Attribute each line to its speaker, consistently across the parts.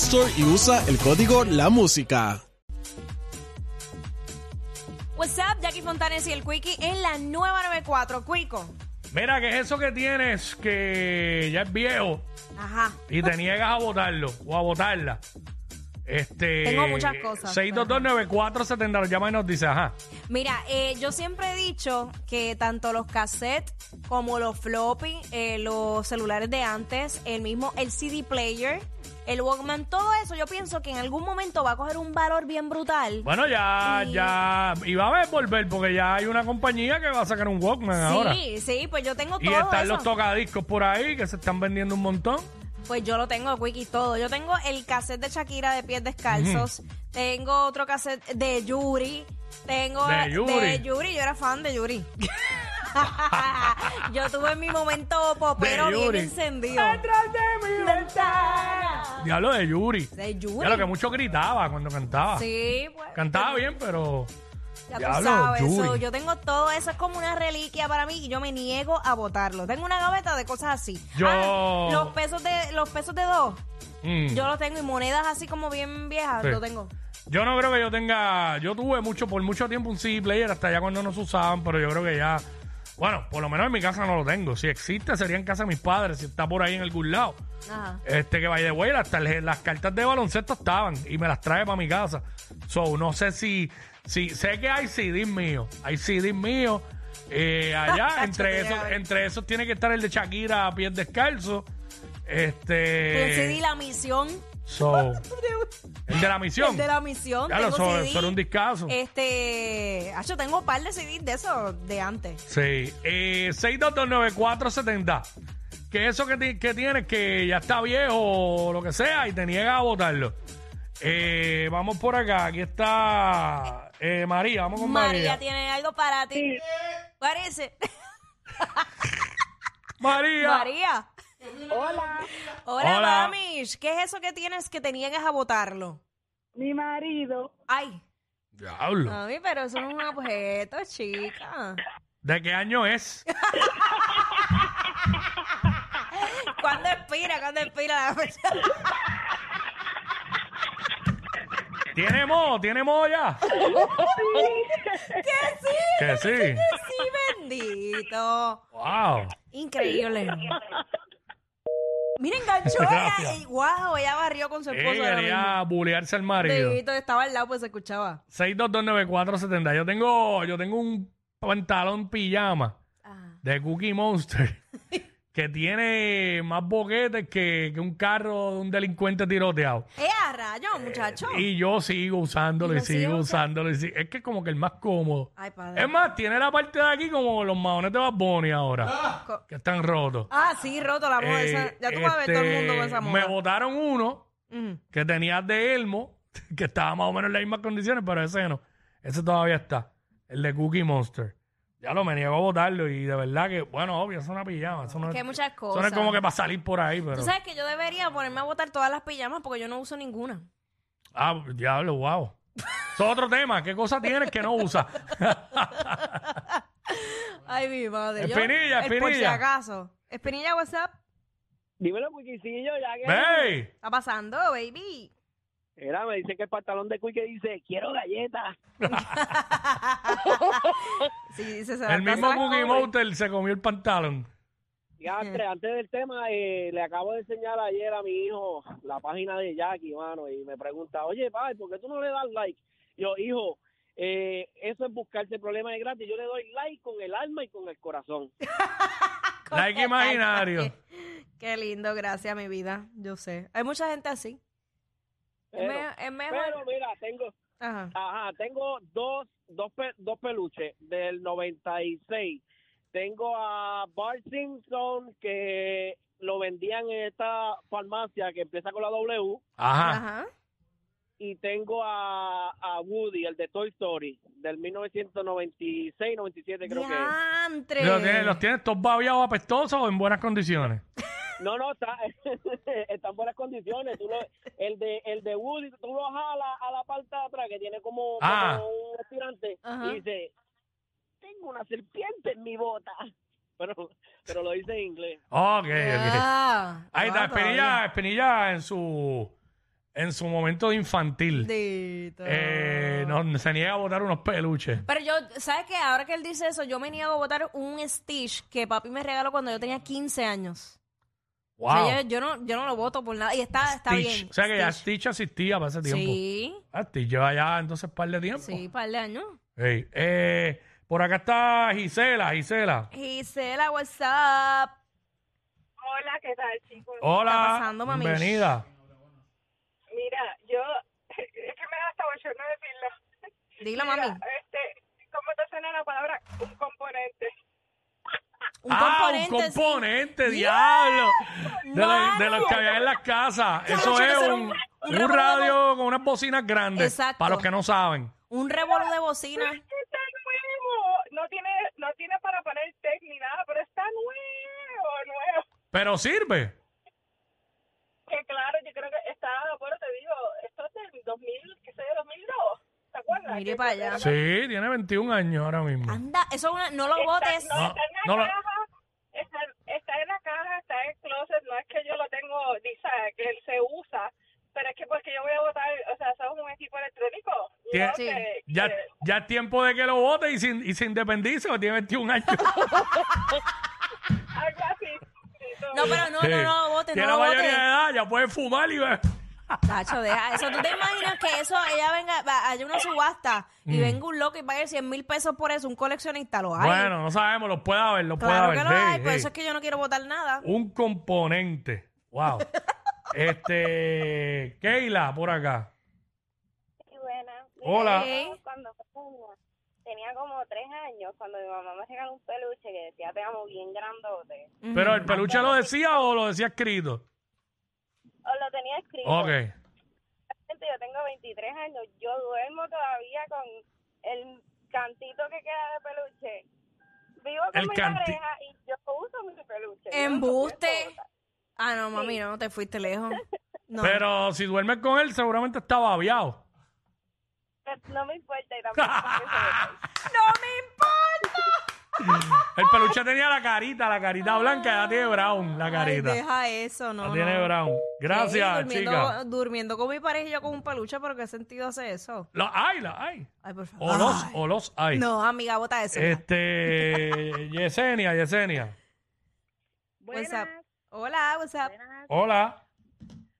Speaker 1: Store y usa el código La Música.
Speaker 2: What's up, Jackie Fontanes y el Quickie en la nueva 94. Quico.
Speaker 3: Mira, ¿qué es eso que tienes que ya es viejo
Speaker 2: Ajá.
Speaker 3: y te niegas a votarlo o a votarla? Este,
Speaker 2: Tengo muchas cosas,
Speaker 3: 6229470 nos llama y nos dice, ajá.
Speaker 2: Mira, eh, yo siempre he dicho que tanto los cassettes como los floppy, eh, los celulares de antes, el mismo, el CD player, el Walkman, todo eso, yo pienso que en algún momento va a coger un valor bien brutal.
Speaker 3: Bueno, ya,
Speaker 2: Y-
Speaker 3: ya. Y va a haber volver porque ya hay una compañía que va a sacar un Walkman ahora.
Speaker 2: sí, sí, pues yo tengo
Speaker 3: Y
Speaker 2: todo
Speaker 3: están
Speaker 2: eso.
Speaker 3: los tocadiscos por ahí que se están vendiendo un montón.
Speaker 2: Pues yo lo tengo, Quickie, todo. Yo tengo el cassette de Shakira de pies descalzos. Tengo otro cassette de Yuri. Tengo
Speaker 3: De
Speaker 2: de Yuri.
Speaker 3: Yuri.
Speaker 2: Yo era fan de Yuri. yo tuve mi momento popero
Speaker 3: De
Speaker 2: bien
Speaker 3: Yuri.
Speaker 2: encendido.
Speaker 3: Diablo de Yuri.
Speaker 2: De Yuri.
Speaker 3: Ya lo que mucho gritaba cuando cantaba.
Speaker 2: Sí, pues.
Speaker 3: Cantaba bien, pero.
Speaker 2: Ya tú
Speaker 3: Diablo,
Speaker 2: sabes.
Speaker 3: Yuri.
Speaker 2: so, yo tengo todo eso. Es como una reliquia para mí y yo me niego a votarlo. Tengo una gaveta de cosas así.
Speaker 3: Yo-
Speaker 2: Ah, los pesos de los pesos de dos.
Speaker 3: mm.
Speaker 2: Yo los tengo y monedas así como bien viejas.
Speaker 3: Sí.
Speaker 2: Lo tengo.
Speaker 3: Yo no creo que yo tenga. Yo tuve mucho, por mucho tiempo un CD player hasta ya cuando no se usaban, pero yo creo que ya. Bueno, por lo menos en mi casa no lo tengo. Si existe, sería en casa de mis padres, si está por ahí en algún lado.
Speaker 2: Ajá.
Speaker 3: Este que vaya de way, las, tarje- las cartas de baloncesto estaban y me las trae para mi casa. So, no sé si. si sé que hay CDs míos. Hay CDs míos. eh, allá,
Speaker 2: Cacho,
Speaker 3: entre
Speaker 2: te
Speaker 3: esos,
Speaker 2: llave.
Speaker 3: entre esos tiene que estar el de Shakira a pies descalzo.
Speaker 2: El CD
Speaker 3: Este.
Speaker 2: La Misión.
Speaker 3: So, el de la misión.
Speaker 2: El de La Misión.
Speaker 3: Ya lo
Speaker 2: tengo
Speaker 3: son,
Speaker 2: CD.
Speaker 3: son un discazo.
Speaker 2: Eh. Este. ah, yo tengo un par de CDs de eso de antes.
Speaker 3: Sí. Eh, 6229470. Que eso que, ti- que tienes que ya está viejo o lo que sea y te niegas a votarlo. Eh, vamos por acá. Aquí está eh, María. Vamos con
Speaker 2: María
Speaker 3: María.
Speaker 2: tiene algo para ti. Parece.
Speaker 3: María.
Speaker 2: María.
Speaker 4: Hola,
Speaker 2: Hola,
Speaker 3: Hola.
Speaker 2: mamish. ¿Qué es eso que tienes que te niegas a votarlo?
Speaker 4: mi marido,
Speaker 2: Ay,
Speaker 3: Diablo.
Speaker 2: mami, pero eso no es un objeto, chica.
Speaker 3: ¿De qué año es?
Speaker 2: ¿Cuándo expira? ¿Cuándo expira la fecha?
Speaker 3: ¿Tiene moho? ¿Tiene moho ya? que sí. Que sí.
Speaker 2: Sí, bendito.
Speaker 3: Wow.
Speaker 2: Increíble. Mira, enganchó ella.
Speaker 3: Gracias.
Speaker 2: Wow, ella barrió con su esposo.
Speaker 3: Ella
Speaker 2: ahora mismo.
Speaker 3: quería bulearse al marido.
Speaker 2: Bebito, estaba al lado, pues se escuchaba.
Speaker 3: 6229470. Yo tengo, yo tengo un pantalón pijama de Cookie Monster que tiene más boquetes que, que un carro de un delincuente tiroteado.
Speaker 2: ¡Eh, a rayo, muchacho!
Speaker 3: Y yo sigo usándolo
Speaker 2: ¿Y
Speaker 3: y,
Speaker 2: lo Ah, sigue
Speaker 3: sigo usándolo. y si- Es que es como que el más cómodo.
Speaker 2: Ay, padre.
Speaker 3: Es más, tiene la parte de aquí como los maones de Bad Bunny ahora,
Speaker 2: Co-
Speaker 3: que están rotos.
Speaker 2: Ah, sí, roto la moda esa.
Speaker 3: Eh,
Speaker 2: Ya tú vas a ver todo el mundo con esa
Speaker 3: este,
Speaker 2: moda.
Speaker 3: Me botaron uno
Speaker 2: Mm.
Speaker 3: que tenía de Elmo, que estaba más o menos en las mismas condiciones, pero ese no. Ese todavía está. El de Cookie Monster. Ya lo me niego a votarlo y de verdad que, bueno, obvio, es una pijama. Eso no
Speaker 2: que hay muchas
Speaker 3: Eso no
Speaker 2: cosas.
Speaker 3: es como que para salir por ahí, pero.
Speaker 2: Tú sabes que yo debería ponerme a botar todas las pijamas porque yo no uso ninguna.
Speaker 3: Ah, diablo, wow. Eso es otro tema. ¿Qué cosa tienes que no usas?
Speaker 2: Ay, mi madre. yo-
Speaker 3: Espinilla,
Speaker 2: el Por si
Speaker 3: espinilla.
Speaker 2: acaso. Espinilla, WhatsApp.
Speaker 5: Dímelo, Cuiquicillo, ya que...
Speaker 3: ¡Ey!
Speaker 2: Está pasando, baby.
Speaker 5: Era, me dice que el pantalón de Cuique dice, quiero galletas.
Speaker 2: Sí, dice, se
Speaker 3: El
Speaker 2: adapta a
Speaker 3: mismo
Speaker 2: las
Speaker 3: Cookie
Speaker 2: cosas.
Speaker 3: Monster se comió el pantalón.
Speaker 5: Diantre, antes del tema, eh, le acabo de enseñar ayer a mi hijo la página de Jackie, mano, y me pregunta, oye, pai, ¿por qué tú no le das like? Yo, hijo, eh, eso es buscarse problemas de gratis. Yo le doy like con el alma y con el corazón.
Speaker 3: Like imaginario.
Speaker 2: Qué lindo, gracias, mi vida. Yo sé. Hay mucha gente así. Es,
Speaker 5: Pero,
Speaker 2: me- es mejor.
Speaker 5: pero mira, tengo,
Speaker 2: Ajá.
Speaker 5: ajá, tengo dos, dos, pe- dos peluches del 96. Tengo a Bart Simpson, que lo vendían en esta farmacia que empieza con la W.
Speaker 3: Ajá.
Speaker 2: Ajá.
Speaker 5: y tengo a, a Woody, el de Toy Story, del 1996-97 creo que es.
Speaker 2: Diantre.
Speaker 3: ¿Los tienes, ¿Los tienes todos babiados apestosos o en buenas condiciones?
Speaker 5: No, no, está, está en buenas condiciones. Tú lo- el, de, el de Woody, tú lo jalas a la parte de atrás que tiene como,
Speaker 3: Ah.
Speaker 5: como un estirante
Speaker 2: Ajá.
Speaker 5: y dice, tengo una serpiente en mi bota. Pero, pero lo dice en inglés.
Speaker 3: Ok, ok.
Speaker 2: Ah,
Speaker 3: Ahí está,
Speaker 2: ah,
Speaker 3: Espinilla, Espinilla en su en su momento infantil.
Speaker 2: Bendito.
Speaker 3: Eh, no, se niega a botar unos peluches.
Speaker 2: Pero yo, ¿sabes qué? Ahora que él dice eso, yo me niego a botar un Stitch que papi me regaló cuando yo tenía 15 años.
Speaker 3: Wow.
Speaker 2: O sea, yo, yo no, yo no lo voto por nada. Y está, está
Speaker 3: Stitch.
Speaker 2: bien.
Speaker 3: O sea que ya
Speaker 2: Stitch.
Speaker 3: Stitch asistía para ese tiempo.
Speaker 2: Sí,
Speaker 3: Ah, Stitch lleva ya entonces par de tiempo.
Speaker 2: sí, par de años.
Speaker 3: Ey, eh, por acá está Gisela, Gisela.
Speaker 2: Gisela, what's up?
Speaker 4: Hola, ¿qué tal, chicos?
Speaker 2: Oh.
Speaker 3: Hola.
Speaker 2: está pasando, mami?
Speaker 3: Bienvenida.
Speaker 4: Mira, yo... Es que me da hasta bochorno decirlo.
Speaker 2: Dilo,
Speaker 4: Mira,
Speaker 2: mami.
Speaker 4: este, ¿Cómo te suena la palabra un componente?
Speaker 2: Un
Speaker 3: ah, un
Speaker 2: componente. sí.
Speaker 3: componente, diablo. De, la- de los
Speaker 2: Mano.
Speaker 3: que había en las casas. Eso
Speaker 2: Chacho,
Speaker 3: es
Speaker 2: eso era
Speaker 3: un,
Speaker 2: un-
Speaker 3: un
Speaker 2: un
Speaker 3: radio con unas bocinas grandes.
Speaker 2: Exacto.
Speaker 3: Para los que no saben.
Speaker 2: Un revolú de bocina.
Speaker 4: que está nuevo. No tiene, no tiene para poner tech ni nada, pero está nuevo, nuevo.
Speaker 3: Pero sirve.
Speaker 4: Que claro, yo creo que está, bueno, te digo, esto es del 2000, que sé yo, 2002. ¿Te acuerdas?
Speaker 2: Mire
Speaker 4: Que-
Speaker 2: para allá.
Speaker 3: Sí, tiene 21 años ahora mismo.
Speaker 2: Anda, eso es una, no lo votes.
Speaker 4: Está, no, está en la
Speaker 3: No, no.
Speaker 4: caja, está, está en la caja, está en el closet, no es que yo lo tengo, dice, que él se usa, pero es que porque yo voy a votar, o sea, somos un equipo electrónico. ¿no?
Speaker 3: Tiene-
Speaker 2: Sí.
Speaker 4: Que-
Speaker 3: Ya,
Speaker 4: que-
Speaker 3: ya es tiempo de que lo vote y se, y se independice, porque tiene 21 años.
Speaker 4: algo así. sí, todo
Speaker 2: No, pero no, no, no lo votes,
Speaker 3: Tiene
Speaker 2: no
Speaker 3: la
Speaker 2: lo
Speaker 3: mayoría
Speaker 2: votes.
Speaker 3: de edad, ya puede fumar y beber.
Speaker 2: Tacho, deja eso. ¿Tú te imaginas que eso, ella venga, va- haya una subasta y
Speaker 3: Mm.
Speaker 2: venga un loco y pague 100 mil pesos por eso? Un coleccionista lo hay.
Speaker 3: Bueno, no sabemos, los puede haber, los
Speaker 2: claro
Speaker 3: puede
Speaker 2: que lo
Speaker 3: haber. Hey,
Speaker 2: hay, por
Speaker 3: hey.
Speaker 2: eso es que yo no quiero votar nada.
Speaker 3: Un componente. Wow. este. Keila, por acá.
Speaker 6: Sí, buena.
Speaker 3: Hola.
Speaker 6: Yo Cuando pequeña, tenía como tres años, cuando mi mamá me regaló un peluche que decía te amo bien grandote.
Speaker 2: Ujú.
Speaker 3: ¿Pero el peluche lo decía o lo decía escrito?
Speaker 6: O lo tenía escrito.
Speaker 3: Ok.
Speaker 6: Gente, Yo tengo 23 años, yo duermo todavía con el cantito que queda de peluche. Vivo con
Speaker 3: El
Speaker 6: mi
Speaker 3: canti-
Speaker 6: pareja y yo uso mi peluche. Yo no lo pienso
Speaker 2: Embuste.
Speaker 6: botar.
Speaker 2: Ah, no, mami, no, te fuiste lejos. No.
Speaker 3: Pero si duermes con él, seguramente está babiado.
Speaker 6: Pero No me importa y tampoco lo pienso botar.
Speaker 3: El peluche tenía la carita, la carita blanca, ya tiene brown, la
Speaker 2: Ay,
Speaker 3: carita.
Speaker 2: deja eso, no.
Speaker 3: La tiene
Speaker 2: no.
Speaker 3: brown.
Speaker 2: Sí,
Speaker 3: Gracias,
Speaker 2: durmiendo,
Speaker 3: chica.
Speaker 2: Durmiendo con mi pareja y yo con un peluche, pero ¿qué sentido hace eso?
Speaker 3: Los hay, los hay.
Speaker 2: Ay, por favor.
Speaker 3: O los,
Speaker 2: Ay.
Speaker 3: o los hay.
Speaker 2: No, amiga, bota eso.
Speaker 3: Eh.
Speaker 2: ya.
Speaker 3: Este, Yesenia, Yesenia.
Speaker 2: What's
Speaker 7: Buenas,
Speaker 2: up? Hola, what's up?
Speaker 7: buenas.
Speaker 3: Hola.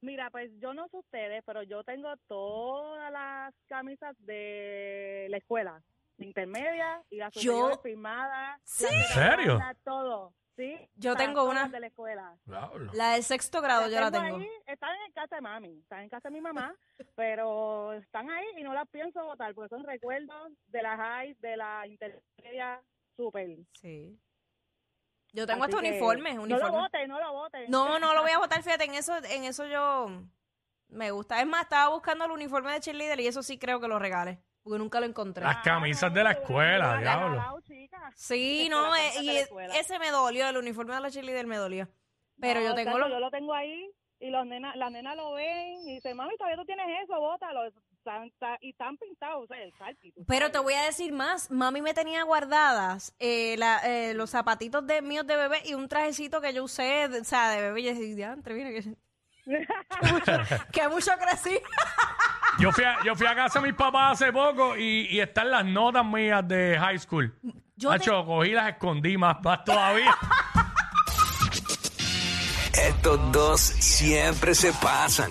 Speaker 7: Mira, pues yo no sé ustedes, pero yo tengo todas las camisas de la escuela, de intermedia y las
Speaker 2: Yo-
Speaker 7: superiores firmadas.
Speaker 2: Sí.
Speaker 7: ¿En
Speaker 3: serio?
Speaker 7: Todo, sí.
Speaker 2: Yo
Speaker 7: Las-
Speaker 2: tengo
Speaker 7: todas
Speaker 2: una.
Speaker 7: de la escuela.
Speaker 3: Diablo.
Speaker 2: La del sexto grado yo la
Speaker 7: Las
Speaker 2: tengo.
Speaker 7: ahí, están en casa de mami, están en casa de mi mamá, pero están ahí y no las pienso votar porque son recuerdos de la high, de la intermedia, súper.
Speaker 2: Sí. Yo tengo
Speaker 7: Así
Speaker 2: estos
Speaker 7: que
Speaker 2: uniformes,
Speaker 7: No lo
Speaker 2: uniformes.
Speaker 7: voten, no lo voten.
Speaker 2: No, no lo voy a votar, fíjate, en eso, en eso yo me gusta. Es más, estaba buscando el uniforme de cheerleader y eso sí creo que lo regale, porque nunca lo encontré.
Speaker 7: Ah,
Speaker 3: Las camisas de la escuela, diablo.
Speaker 7: Regalado, chicas.
Speaker 2: Sí,
Speaker 7: Es que
Speaker 2: no,
Speaker 7: las
Speaker 2: eh,
Speaker 7: camisas de
Speaker 2: y
Speaker 7: la
Speaker 2: e-
Speaker 7: escuela.
Speaker 2: ese me dolió, el uniforme de la cheerleader me dolió. Pero
Speaker 7: No,
Speaker 2: yo tengo
Speaker 7: chacho,
Speaker 2: los...
Speaker 7: yo lo tengo ahí y los nena, las nenas lo ven y dicen, mami, todavía tú tienes eso, bótalo. Están- está- y están pintados, o sea, el salti, tú
Speaker 2: Pero te
Speaker 7: sabes.
Speaker 2: voy a decir más, mami me tenía guardadas eh, la- eh, los zapatitos de míos de bebé y un trajecito que yo usé, de- o sea, de bebé y yo decía, diantre, mira que, que mucho, que mucho crecí.
Speaker 3: Yo fui, a, yo fui a casa de mis papás hace poco y, y están las notas mías de high school.
Speaker 2: Yo
Speaker 3: Nacho, cogí y las escondí más, más todavía.
Speaker 8: Estos dos siempre se pasan.